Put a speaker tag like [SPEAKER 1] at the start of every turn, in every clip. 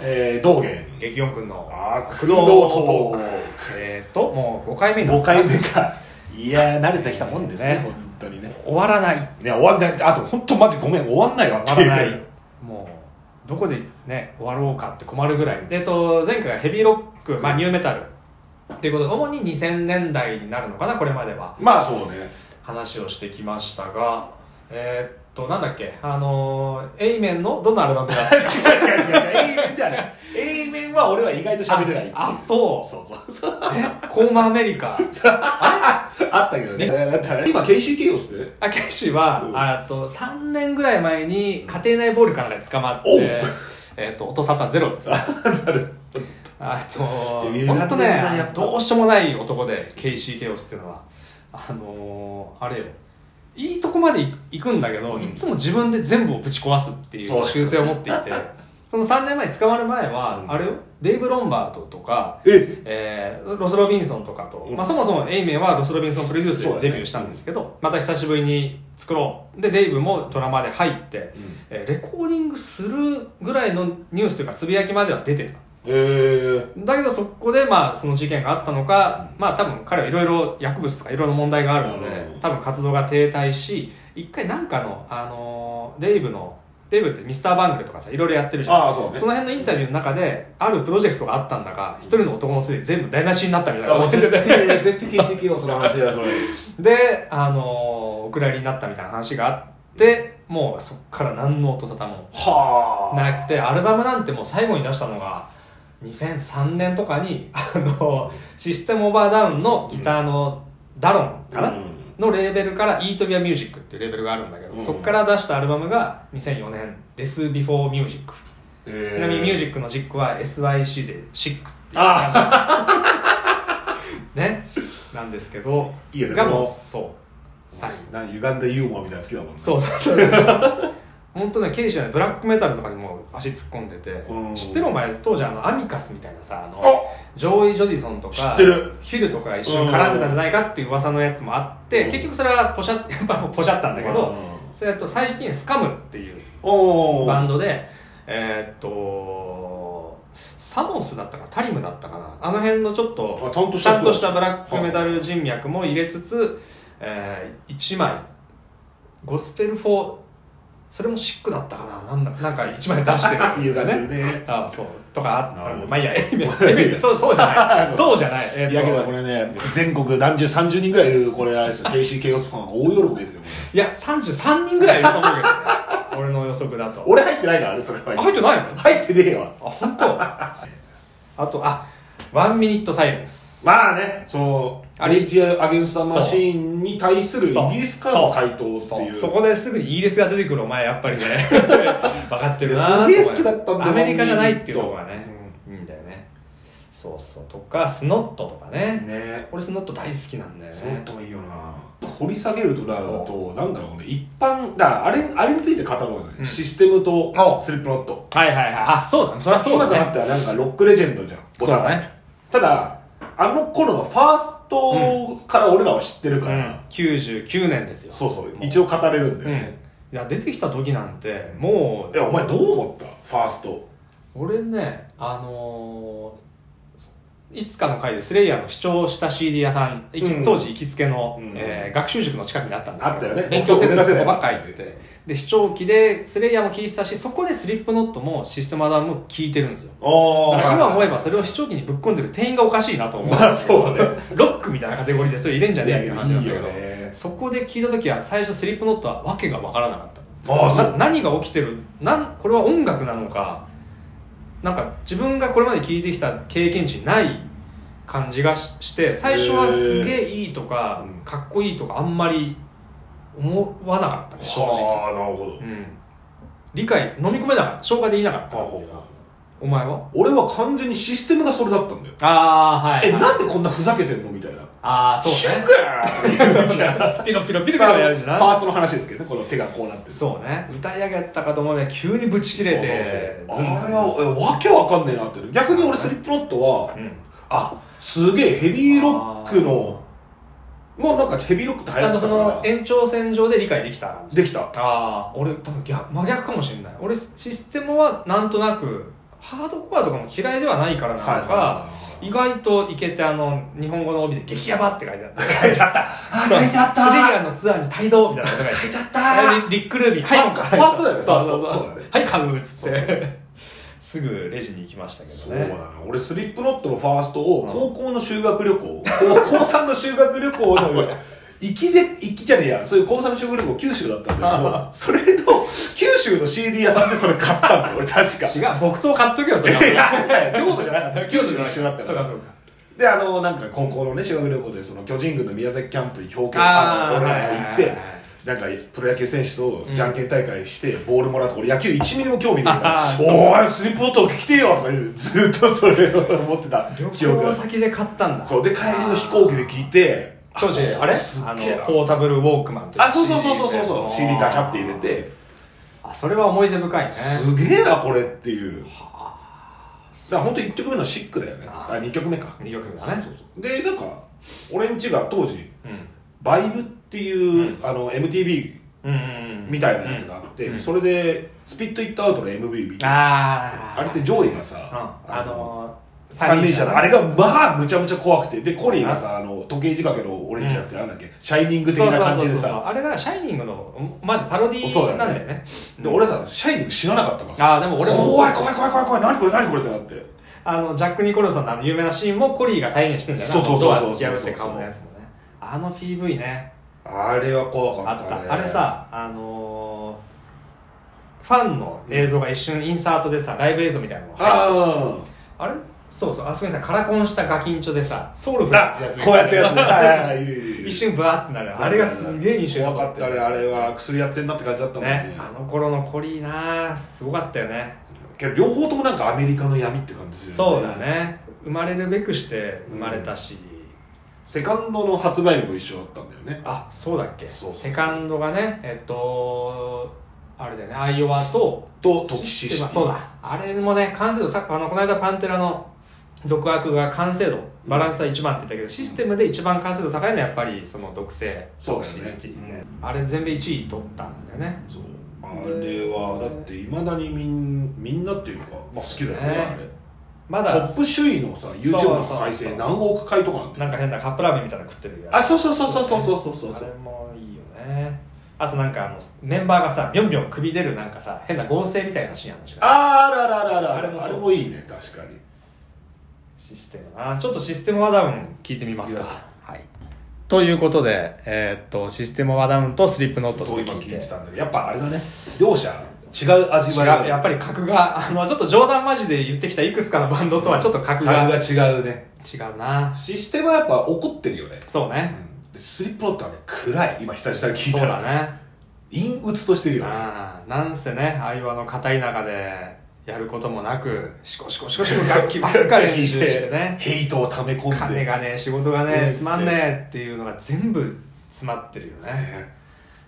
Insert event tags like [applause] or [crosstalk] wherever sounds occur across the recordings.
[SPEAKER 1] えー、道元
[SPEAKER 2] 激音くんの、
[SPEAKER 1] あ
[SPEAKER 2] ー
[SPEAKER 1] 工藤トー
[SPEAKER 2] えっ、と、もう5回目
[SPEAKER 1] ク
[SPEAKER 2] の
[SPEAKER 1] 5回目かいやー慣れてきたもんですね
[SPEAKER 2] ね
[SPEAKER 1] 本当にね
[SPEAKER 2] 終わらない。
[SPEAKER 1] いや終わんないあと本当マジごめん終わんないわって
[SPEAKER 2] 終
[SPEAKER 1] いう
[SPEAKER 2] わらない。もう、どこでね、終わろうかって困るぐらい。で、えっと、前回がヘビーロック、まあニューメタル。っていうことで、主に2000年代になるのかな、これまでは。
[SPEAKER 1] まあそう [laughs] ね
[SPEAKER 2] 話をしてきましたが、えーっと、なんだっけ、あのー、エイメンのどのアルバムが好き
[SPEAKER 1] 違う違う違う違う [laughs] A 面ではない A 面は俺は意外と喋れない
[SPEAKER 2] あ、そう。
[SPEAKER 1] そうそうそう
[SPEAKER 2] え、コーマアメリカ。
[SPEAKER 1] あったけどねだってあれ今 KC ケイオスで
[SPEAKER 2] あ、ケイシーは
[SPEAKER 1] う、ん
[SPEAKER 2] あと、3年ぐらい前に家庭内暴力からで捕まっ
[SPEAKER 1] おう
[SPEAKER 2] て、えっと、音沙汰ゼ
[SPEAKER 1] [laughs]
[SPEAKER 2] ロです。あと、
[SPEAKER 1] えー
[SPEAKER 2] ほん
[SPEAKER 1] な
[SPEAKER 2] と
[SPEAKER 1] んでなんや
[SPEAKER 2] ね
[SPEAKER 1] っ、ぱ
[SPEAKER 2] どうしようもない男で、ケイシー・ケイオスっていうのは、あのー、あれよ、いいとこまで行くんだけど、いつも自分で全部をぶち壊すってい
[SPEAKER 1] そう
[SPEAKER 2] う習性を持っていて、その3年前に捕まる前は、
[SPEAKER 1] うん
[SPEAKER 2] あれよ、デイブ・ロンバートとか、
[SPEAKER 1] え
[SPEAKER 2] えーロス・ロビンソンとかと、
[SPEAKER 1] うん
[SPEAKER 2] まあ、そもそもエイメンはロス・ロビンソンプロデュース
[SPEAKER 1] そうだ
[SPEAKER 2] で
[SPEAKER 1] ね
[SPEAKER 2] デビューしたんですけど、また久しぶりに作ろうでデイブもドラマで入って、えーレコーディングするぐらいのニュースというかつぶやきまでは出てた
[SPEAKER 1] えー
[SPEAKER 2] だけどそこでまあその事件があったのか、まあ多分彼はいろいろ薬物とかいろいろ問題があるので、
[SPEAKER 1] うん
[SPEAKER 2] 多分活動が停滞し一回なんかの、あのーデイブのデイブってミスターバングルとかさいろいろやってるじゃん
[SPEAKER 1] ああそうね
[SPEAKER 2] その辺のインタビューの中で、あるプロジェクトがあったんだが、一人の男のせいで全部台無しになったみたいな
[SPEAKER 1] あ
[SPEAKER 2] こと
[SPEAKER 1] 絶
[SPEAKER 2] で
[SPEAKER 1] 対、絶対 KC ケイオスの話だよそれ
[SPEAKER 2] で、あのー、お蔵入りになったみたいな話があって、もうそっから何の音沙汰も
[SPEAKER 1] はあ
[SPEAKER 2] なくて、アルバムなんてもう最後に出したのが、2003年とかに、あの、システムオーバーダウンのギターのダロンかな、
[SPEAKER 1] うん
[SPEAKER 2] のレーベルから Eat Via Music っていうレーベルがあるんだけど、
[SPEAKER 1] うん
[SPEAKER 2] そっから出したアルバムが2004年 Death Before Music。
[SPEAKER 1] えー
[SPEAKER 2] ちなみにミュージックの軸は SYC でシック
[SPEAKER 1] あ
[SPEAKER 2] ね、なんですけど、
[SPEAKER 1] いいよね
[SPEAKER 2] がもう、
[SPEAKER 1] その
[SPEAKER 2] そう、さ
[SPEAKER 1] あなんか歪んだユーモアみたいなの好きだもんね
[SPEAKER 2] そうそう
[SPEAKER 1] [laughs]
[SPEAKER 2] そう。本当ね、ケイシはね、ブラックメタルとかにも足突っ込んでて
[SPEAKER 1] うん、
[SPEAKER 2] 知ってるお前、当時あの、アミカスみたいなさ、あの、
[SPEAKER 1] あ
[SPEAKER 2] ジョイ・ジョディソンとか、
[SPEAKER 1] 知ってる
[SPEAKER 2] ヒルとかが一緒に絡んでたんじゃないかっていう噂のやつもあって、
[SPEAKER 1] うん
[SPEAKER 2] 結局それはポシャっ、 [laughs] やっぱポシャったんだけど、
[SPEAKER 1] うん
[SPEAKER 2] それと最終的にはスカムっていう
[SPEAKER 1] お
[SPEAKER 2] バ
[SPEAKER 1] ー
[SPEAKER 2] ンドで、えーっと、サモスだったか、タリムだったかな。あの辺のちょっと、
[SPEAKER 1] あちゃんとし
[SPEAKER 2] ちゃ
[SPEAKER 1] た
[SPEAKER 2] ん
[SPEAKER 1] 人
[SPEAKER 2] としたブラックメタル人脈も入れつつ、えー、1枚ゴスペル4それもシックだったかななんだなんか1枚出してる
[SPEAKER 1] [laughs] 歪んでるね
[SPEAKER 2] ああそうとかあ
[SPEAKER 1] なるほど
[SPEAKER 2] まあいいやエイメンエイメンそうそうじゃない
[SPEAKER 1] [laughs]
[SPEAKER 2] そうじゃないえーと
[SPEAKER 1] いやけどこれね全国男女30人ぐらいいるこれあれですよ KC ケイオスファン大喜びですよこれ
[SPEAKER 2] いや33人ぐらいいると思うけど、ね、 [laughs] 俺の予測だと
[SPEAKER 1] 俺入ってないからねそれは
[SPEAKER 2] あ入ってないの
[SPEAKER 1] 入ってねえわ
[SPEAKER 2] あ本当。あとあワンミニットサイレンス
[SPEAKER 1] まあねその
[SPEAKER 2] あれ
[SPEAKER 1] レイジア・アゲンスト・マシーンに対するイギリスからの回答っていう
[SPEAKER 2] そうそこですぐにイギリスが出てくるお前やっぱりね [laughs] 分かってるな
[SPEAKER 1] すげえ好きだったんだ
[SPEAKER 2] アメリカじゃないっていうところがね、いいんだよねそうそうとかスノットとかね
[SPEAKER 1] ね
[SPEAKER 2] 俺スノット大好きなんだよ
[SPEAKER 1] そうやっ
[SPEAKER 2] ね
[SPEAKER 1] た方がいいよな掘り下げるとなるとなんだろうね一般だからあれあれについて語ろうよね、
[SPEAKER 2] うん
[SPEAKER 1] システムと
[SPEAKER 2] お
[SPEAKER 1] スリップノット
[SPEAKER 2] はいはいはいあそうだねそりゃそう
[SPEAKER 1] 今と
[SPEAKER 2] だ
[SPEAKER 1] な
[SPEAKER 2] ね
[SPEAKER 1] ってはなんかロックレジェンドじゃん
[SPEAKER 2] そうだね
[SPEAKER 1] ただあの頃のファーストから俺らは知ってる
[SPEAKER 2] う
[SPEAKER 1] から、
[SPEAKER 2] ん99年ですよ
[SPEAKER 1] そうそう
[SPEAKER 2] も
[SPEAKER 1] 一応語れるんだ
[SPEAKER 2] う
[SPEAKER 1] よ
[SPEAKER 2] ん
[SPEAKER 1] ね、
[SPEAKER 2] いや出てきた時なんても
[SPEAKER 1] いうやお前どう思ったファースト
[SPEAKER 2] 俺ねあのーいつかの回でスレイヤーの視聴した CD 屋さん、行き
[SPEAKER 1] うん
[SPEAKER 2] 当時行きつけの、
[SPEAKER 1] うん
[SPEAKER 2] えー学習塾の近くにあったんですけど
[SPEAKER 1] あったよね
[SPEAKER 2] 勉強せずに
[SPEAKER 1] 僕ら
[SPEAKER 2] そ
[SPEAKER 1] 世代
[SPEAKER 2] こばっかり行っててで視聴機でスレイヤーも聴いてたしそこでスリップノットもシステムアダムも聴いてるんですよだ
[SPEAKER 1] あ
[SPEAKER 2] か
[SPEAKER 1] あ
[SPEAKER 2] ら今思えばそれを視聴機にぶっ込んでる店員がおかしいなと思うんです
[SPEAKER 1] [laughs] まあそうね
[SPEAKER 2] ロックみたいなカテゴリーでそれ入れんじゃねえっていう話なんだけ
[SPEAKER 1] い
[SPEAKER 2] ど
[SPEAKER 1] やいいよね
[SPEAKER 2] そこで聞いた時は最初スリップノットは訳が分からなかった
[SPEAKER 1] ああそう
[SPEAKER 2] な何が起きてるなんこれは音楽なのかなんか自分がこれまで聞いてきた経験値にない感じがしして最初はすげえいいとか
[SPEAKER 1] うん
[SPEAKER 2] かっこいいとかあんまり思わなかったね正直、
[SPEAKER 1] はあなるほど、
[SPEAKER 2] うん、理解飲み込めなかった消化できなかった
[SPEAKER 1] ほうほうほう
[SPEAKER 2] お前は
[SPEAKER 1] 俺は完全にシステムがそれだったんだよ
[SPEAKER 2] ああはい、
[SPEAKER 1] え
[SPEAKER 2] はい、
[SPEAKER 1] なんでこんなふざけてんのみたいな
[SPEAKER 2] ああ
[SPEAKER 1] シ
[SPEAKER 2] そう
[SPEAKER 1] ュ
[SPEAKER 2] ね
[SPEAKER 1] ガー
[SPEAKER 2] [laughs]
[SPEAKER 1] って言うじゃん
[SPEAKER 2] ピロピロピロピ
[SPEAKER 1] フ
[SPEAKER 2] ロやるじゃん
[SPEAKER 1] ァーストの話ですけどねこの手がこうなってる
[SPEAKER 2] そうね歌い上げたかと思うね急にぶち切れて
[SPEAKER 1] そうそうそう
[SPEAKER 2] ずんずん
[SPEAKER 1] あれはえわけわかんねえなって逆に俺スリップノットは
[SPEAKER 2] うん
[SPEAKER 1] あすげえヘビーロックのもうなんかヘビーロックって
[SPEAKER 2] ち
[SPEAKER 1] 流行
[SPEAKER 2] ゃん
[SPEAKER 1] っ
[SPEAKER 2] と
[SPEAKER 1] て
[SPEAKER 2] そ
[SPEAKER 1] たか
[SPEAKER 2] の
[SPEAKER 1] ら
[SPEAKER 2] 延長線上で理解できた感じ
[SPEAKER 1] できた
[SPEAKER 2] ああ俺多分逆真逆かもしれない俺システムはなんとなくハードコアとかも嫌いではないからなのか、
[SPEAKER 1] はい
[SPEAKER 2] 意外といけてあの日本語の帯で「激ヤバ」って書いてあった
[SPEAKER 1] 書いてあった [laughs] あ書いてあった
[SPEAKER 2] スリラーのツアーに帯同みたいなこと書いて
[SPEAKER 1] 書いてあっ
[SPEAKER 2] あ
[SPEAKER 1] た
[SPEAKER 2] リリック・ルービン
[SPEAKER 1] ファース
[SPEAKER 2] はい
[SPEAKER 1] ファーストだよね
[SPEAKER 2] そうそう
[SPEAKER 1] ファースト
[SPEAKER 2] そ
[SPEAKER 1] そうだ
[SPEAKER 2] う
[SPEAKER 1] ね
[SPEAKER 2] はい株っつってすぐレジに行きましたけ
[SPEAKER 1] そう
[SPEAKER 2] ど
[SPEAKER 1] な
[SPEAKER 2] ね
[SPEAKER 1] の俺スリップノットのファーストを
[SPEAKER 2] うん
[SPEAKER 1] 高校の修学旅行高 [laughs] 高三の修学旅行の行きで行きじゃねえやそういう高三の修学旅行九州だったんだけど
[SPEAKER 2] あ
[SPEAKER 1] それの九州の CD 屋さんでそれ買ったんだよ俺確か
[SPEAKER 2] 違う僕と買っとけよそれ
[SPEAKER 1] [laughs] いや京都じゃなか [laughs] った京都で一緒だったか
[SPEAKER 2] そうからそうか
[SPEAKER 1] であのなんか高校のね修学旅行でその巨人軍の宮崎キャンプに兵庫県
[SPEAKER 2] あー
[SPEAKER 1] 俺らが行って、
[SPEAKER 2] はいはいはい
[SPEAKER 1] なんかプロ野球選手と
[SPEAKER 2] うん
[SPEAKER 1] じゃんけん大会して、ボールもらって俺野球1ミリも興味ないから
[SPEAKER 2] あ
[SPEAKER 1] 「
[SPEAKER 2] ー
[SPEAKER 1] おお早くスリップノットを聞きてよ」とか言うずっとそれを思ってた
[SPEAKER 2] 旅
[SPEAKER 1] 記憶
[SPEAKER 2] 行
[SPEAKER 1] がそう
[SPEAKER 2] 先で買ったんだ
[SPEAKER 1] で帰りの飛行機で聞いて
[SPEAKER 2] 当時あれ
[SPEAKER 1] すっ
[SPEAKER 2] あ
[SPEAKER 1] げえな
[SPEAKER 2] のポータブルウォークマンとい
[SPEAKER 1] あそうそうそうそうそうそう CD ガチャって入れ
[SPEAKER 2] あ
[SPEAKER 1] て
[SPEAKER 2] ーあそれは思い出深いね
[SPEAKER 1] すげえなこれっていうだから本当1曲目のシックだよねあ2曲目か
[SPEAKER 2] 2曲目だね
[SPEAKER 1] でなんか俺んちが当時
[SPEAKER 2] うん
[SPEAKER 1] バイブっていう、あの MTV
[SPEAKER 2] うんうんうん
[SPEAKER 1] みたいなやつがあって、
[SPEAKER 2] うん
[SPEAKER 1] それでスピット・イット・アウトの MV 見てあ
[SPEAKER 2] ああ
[SPEAKER 1] れって上位がさ、
[SPEAKER 2] うんあのー
[SPEAKER 1] 三輪車
[SPEAKER 2] だ
[SPEAKER 1] だあれがまあむちゃむちゃ怖くてでコリーがさあの時計仕掛けの俺んちじゃなくて、なんだっけシャイニング的
[SPEAKER 2] そう
[SPEAKER 1] な
[SPEAKER 2] そう
[SPEAKER 1] 感
[SPEAKER 2] そう
[SPEAKER 1] じで
[SPEAKER 2] そう
[SPEAKER 1] さ
[SPEAKER 2] あれがシャイニングのまずパロディーなんだよね
[SPEAKER 1] で俺さシャイニング知らなかったからさ
[SPEAKER 2] ああでも俺も
[SPEAKER 1] 怖い怖い怖い怖い怖い何これ何これってなって
[SPEAKER 2] あのジャック・ニコルソンのあの有名なシーンもコリーが再現してんだよね
[SPEAKER 1] そうそうそうそう
[SPEAKER 2] あのドア突き破って顔のやつもねあの PV ね
[SPEAKER 1] あれは怖
[SPEAKER 2] あ
[SPEAKER 1] かっ、
[SPEAKER 2] った
[SPEAKER 1] ね、
[SPEAKER 2] たあれさあのーファンの映像が一瞬インサートでさライブ映像みたいなのが入って
[SPEAKER 1] あー
[SPEAKER 2] あれそうそうあそこにさカラコンしたガキンチョでさソウルフルな
[SPEAKER 1] あこうやってやつねはいはいはいいるいるいる
[SPEAKER 2] 一瞬ブワーってなるあれがすげえ印象に
[SPEAKER 1] 怖
[SPEAKER 2] 残
[SPEAKER 1] かったねあれは薬やってんなって感じだったもんね
[SPEAKER 2] ねあの頃のコリーなあすごかったよね
[SPEAKER 1] けど両方ともなんかアメリカの闇って感じする
[SPEAKER 2] そうだね生まれるべくして生まれたし、
[SPEAKER 1] セカンドの発売日も一緒だったんだよね
[SPEAKER 2] あそうだっけ
[SPEAKER 1] そうそう
[SPEAKER 2] セカンドがねえっとあれだよねアイオワと
[SPEAKER 1] とトキシシティ
[SPEAKER 2] まあそうだあれもね完成度さあのこの間パンテラの俗悪が完成度バランスは一番って言ったけどシステムで一番完成度高いのはやっぱりその毒性
[SPEAKER 1] そうだよね
[SPEAKER 2] 毒システィねあれ全米1位取ったんだよね
[SPEAKER 1] そうあれはだっていまだにみんみんなっていうか、まあ、好きだよね
[SPEAKER 2] ねま
[SPEAKER 1] あれト
[SPEAKER 2] だ
[SPEAKER 1] ップ首位のさ YouTube の再
[SPEAKER 2] そうそうそ
[SPEAKER 1] 生
[SPEAKER 2] う
[SPEAKER 1] 何億回とかなんだよ
[SPEAKER 2] なんか変なカップラーメンみたいなの食ってるやつ
[SPEAKER 1] あそうそうそうそうそうそうそうそう
[SPEAKER 2] あれもいいよねあとなんかあのメンバーがさビョンビョン首出るなんかさ変な合成みたいなシーンあるのしか
[SPEAKER 1] あーあるあるあるあるあ
[SPEAKER 2] あれ
[SPEAKER 1] れ
[SPEAKER 2] も
[SPEAKER 1] も
[SPEAKER 2] そう
[SPEAKER 1] いいね確かに
[SPEAKER 2] システムなちょっとシステムはダウン聞いてみますかはいということで、えーっとシステムはダウンとスリップノット
[SPEAKER 1] ど
[SPEAKER 2] を
[SPEAKER 1] う
[SPEAKER 2] 聞
[SPEAKER 1] 今
[SPEAKER 2] い
[SPEAKER 1] 聞い
[SPEAKER 2] て
[SPEAKER 1] てたんだけどやっぱあれだね両者違う味
[SPEAKER 2] 違
[SPEAKER 1] わ
[SPEAKER 2] う
[SPEAKER 1] いが
[SPEAKER 2] やっぱり格があのちょっと冗談マジで言ってきたいくつかのバンドとはちょっと格が違
[SPEAKER 1] 感が違うね
[SPEAKER 2] うな
[SPEAKER 1] システムはやっぱ怒ってるよね
[SPEAKER 2] そうね、
[SPEAKER 1] でスリップノットはね暗い今久々に聞い
[SPEAKER 2] そう
[SPEAKER 1] た
[SPEAKER 2] だ
[SPEAKER 1] ら
[SPEAKER 2] ね
[SPEAKER 1] 陰鬱としてるよね
[SPEAKER 2] ああなんせね相葉の硬い中でやることもなくシコシコシコシコ楽器ばっかり練習し
[SPEAKER 1] [laughs]
[SPEAKER 2] てね
[SPEAKER 1] ヘイトを溜め込ん
[SPEAKER 2] 金
[SPEAKER 1] で
[SPEAKER 2] がね仕事が
[SPEAKER 1] ね
[SPEAKER 2] ねつまんねえっていうのが全部詰まってるよね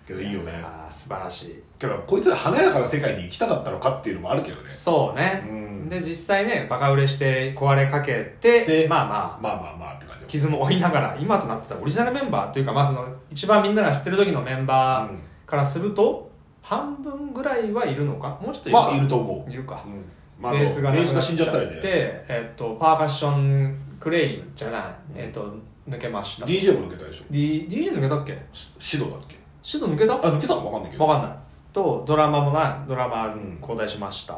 [SPEAKER 1] けどいいよね
[SPEAKER 2] ああ素晴らしい
[SPEAKER 1] けどこいつら華やかな世界に行きたかったのかっていうのもあるけどね
[SPEAKER 2] そうね、
[SPEAKER 1] うん
[SPEAKER 2] で実際ねバカ売れして壊れかけて
[SPEAKER 1] で
[SPEAKER 2] まあまあ
[SPEAKER 1] まあまあまあって感じ
[SPEAKER 2] 傷も負いながら今となってたオリジナルメンバーというかまあその一番みんなが知ってる時のメンバ
[SPEAKER 1] うん
[SPEAKER 2] ーからすると、半分ぐらいはいるのかもうちょっといるか、
[SPEAKER 1] まあいると思う
[SPEAKER 2] いるか
[SPEAKER 1] う、んまあ
[SPEAKER 2] ベースが
[SPEAKER 1] ベ
[SPEAKER 2] な
[SPEAKER 1] ー
[SPEAKER 2] く
[SPEAKER 1] ス
[SPEAKER 2] な
[SPEAKER 1] が
[SPEAKER 2] っ
[SPEAKER 1] 死ん
[SPEAKER 2] ち
[SPEAKER 1] じ
[SPEAKER 2] ゃ
[SPEAKER 1] ゃっ
[SPEAKER 2] っ
[SPEAKER 1] た
[SPEAKER 2] て
[SPEAKER 1] りで
[SPEAKER 2] えっとパーカッションクレイムじゃない、えっと抜けました、D
[SPEAKER 1] DJ も抜けたでしょ
[SPEAKER 2] DJ 抜けたっけ
[SPEAKER 1] シシドだっけ
[SPEAKER 2] シド抜けた
[SPEAKER 1] あ抜けたの分かんないけど
[SPEAKER 2] わかんないとドラマもなドラマ
[SPEAKER 1] うん
[SPEAKER 2] 交代しました、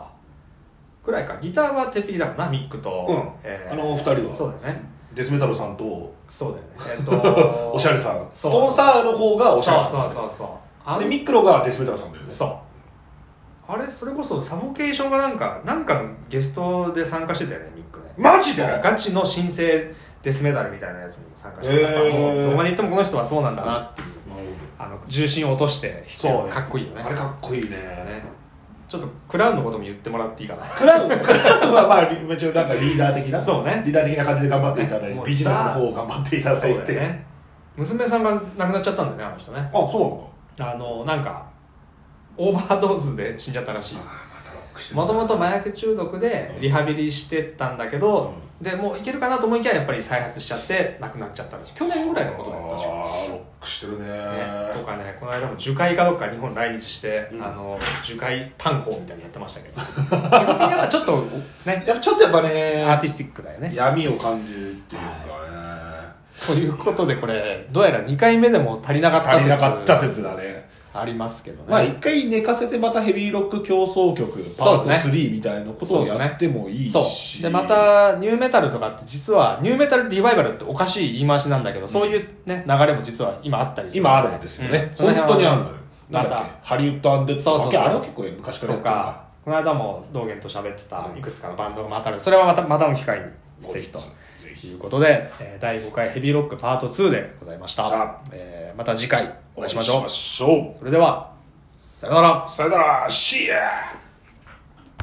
[SPEAKER 2] くらいかギターはテピーだもんなミックと、
[SPEAKER 1] うん
[SPEAKER 2] えー
[SPEAKER 1] あの二人は
[SPEAKER 2] そうだよね
[SPEAKER 1] デスメタルさんと
[SPEAKER 2] そうだよねえっ、と
[SPEAKER 1] [laughs] おしゃれさんス
[SPEAKER 2] そう
[SPEAKER 1] ポンサーの方がおしゃれ
[SPEAKER 2] そ
[SPEAKER 1] さ
[SPEAKER 2] うそうそうそうあ
[SPEAKER 1] ん
[SPEAKER 2] の
[SPEAKER 1] でミクロがデスメタルさんだよね
[SPEAKER 2] そうあれそれこそサボケーションがなんかなんかのゲストで参加してたよねミックね
[SPEAKER 1] マジで
[SPEAKER 2] ガチの新生デスメダルみたいなやつに参加して
[SPEAKER 1] へ
[SPEAKER 2] た、
[SPEAKER 1] ー
[SPEAKER 2] やっぱもうどこまで行ってもこの人はそうなんだなっていう
[SPEAKER 1] なる
[SPEAKER 2] あの重心を落として弾
[SPEAKER 1] そう
[SPEAKER 2] く
[SPEAKER 1] ね
[SPEAKER 2] かっこいいよ
[SPEAKER 1] ほ
[SPEAKER 2] ね
[SPEAKER 1] どあれかっこいい
[SPEAKER 2] ね
[SPEAKER 1] ね
[SPEAKER 2] ちょっとクラウンのことも言ってもらっていいかな
[SPEAKER 1] クラウンクラウンは [laughs] [laughs] まあ一応なんかリーダー的な
[SPEAKER 2] そうね
[SPEAKER 1] リーダー的な感じで頑張っていただい
[SPEAKER 2] もう
[SPEAKER 1] てビ
[SPEAKER 2] さ
[SPEAKER 1] ジネスの方を頑張っていただ
[SPEAKER 2] そう
[SPEAKER 1] い
[SPEAKER 2] だ
[SPEAKER 1] て
[SPEAKER 2] よね娘さんが亡くなっちゃったんだよねあの人ね
[SPEAKER 1] あそうなんだ
[SPEAKER 2] あのなんかオーバードーズで死んじゃったらしい
[SPEAKER 1] あまたロック毒して
[SPEAKER 2] もともと麻薬中毒でリハビリしてたんだけど、でもういけるかなと思いきややっぱり再発しちゃって亡くなっちゃったんです去年ぐらいのことだったんですよ
[SPEAKER 1] あーロックしてるね
[SPEAKER 2] ね、とかねこの間も樹海かどっか日本来日して、
[SPEAKER 1] うん
[SPEAKER 2] あの樹海炭鉱みたいにやってましたけど基本的にやっぱちょっとね
[SPEAKER 1] やっぱちょっとやっぱ
[SPEAKER 2] ア
[SPEAKER 1] ね
[SPEAKER 2] ーティスティックだよね
[SPEAKER 1] 闇を感じるっていうかね、
[SPEAKER 2] ということでこれどうやら2回目でも足りなかった
[SPEAKER 1] 足りなかった説だね
[SPEAKER 2] ありますけどね、
[SPEAKER 1] まあ一回寝かせてまたヘビーロック競争曲パー
[SPEAKER 2] そう
[SPEAKER 1] ト
[SPEAKER 2] です
[SPEAKER 1] 3みたいなことをやってもいいし、
[SPEAKER 2] そうでまたニューメタルとかって実はニューメタルリバイバルっておかしい言い回しなんだけど、そういう、ね、流れも実は今あったりする
[SPEAKER 1] 今あるんですよね、
[SPEAKER 2] うんその
[SPEAKER 1] 本
[SPEAKER 2] 辺
[SPEAKER 1] 当
[SPEAKER 2] は
[SPEAKER 1] にあるのよな
[SPEAKER 2] ま
[SPEAKER 1] ん
[SPEAKER 2] た
[SPEAKER 1] だっけハリウッドアンデッド
[SPEAKER 2] そうそうそう
[SPEAKER 1] あれは結構昔からやって
[SPEAKER 2] と
[SPEAKER 1] る
[SPEAKER 2] か
[SPEAKER 1] か
[SPEAKER 2] この間も道元と喋ってたいくつかのバンドがまたあるそれはまたまたの機会にぜひと
[SPEAKER 1] ぜ
[SPEAKER 2] と
[SPEAKER 1] ひ
[SPEAKER 2] いうことで、えー第5回ヘビーロックパート2でございました、
[SPEAKER 1] さあ
[SPEAKER 2] えーまた次回お会いしましょう
[SPEAKER 1] しましょ
[SPEAKER 2] それではさようなら
[SPEAKER 1] うさよならシェア